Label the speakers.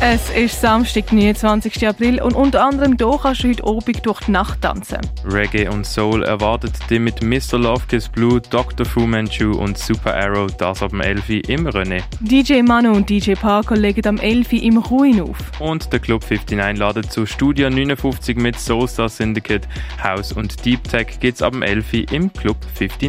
Speaker 1: Es ist Samstag, 29. April und unter anderem hier kannst du heute Abend durch die Nacht tanzen.
Speaker 2: Reggae und Soul erwartet dich mit Mr. Love Gives Blue, Dr. Fu Manchu und Super Arrow, das ab dem 11. Uhr im René.
Speaker 1: DJ Manu und DJ Parker legen am 11. Uhr im Ruin auf.
Speaker 2: Und der Club 59 ladet zu Studio 59 mit Soulstar Syndicate, House und Deep Tech geht's ab dem 11. Uhr im Club 59.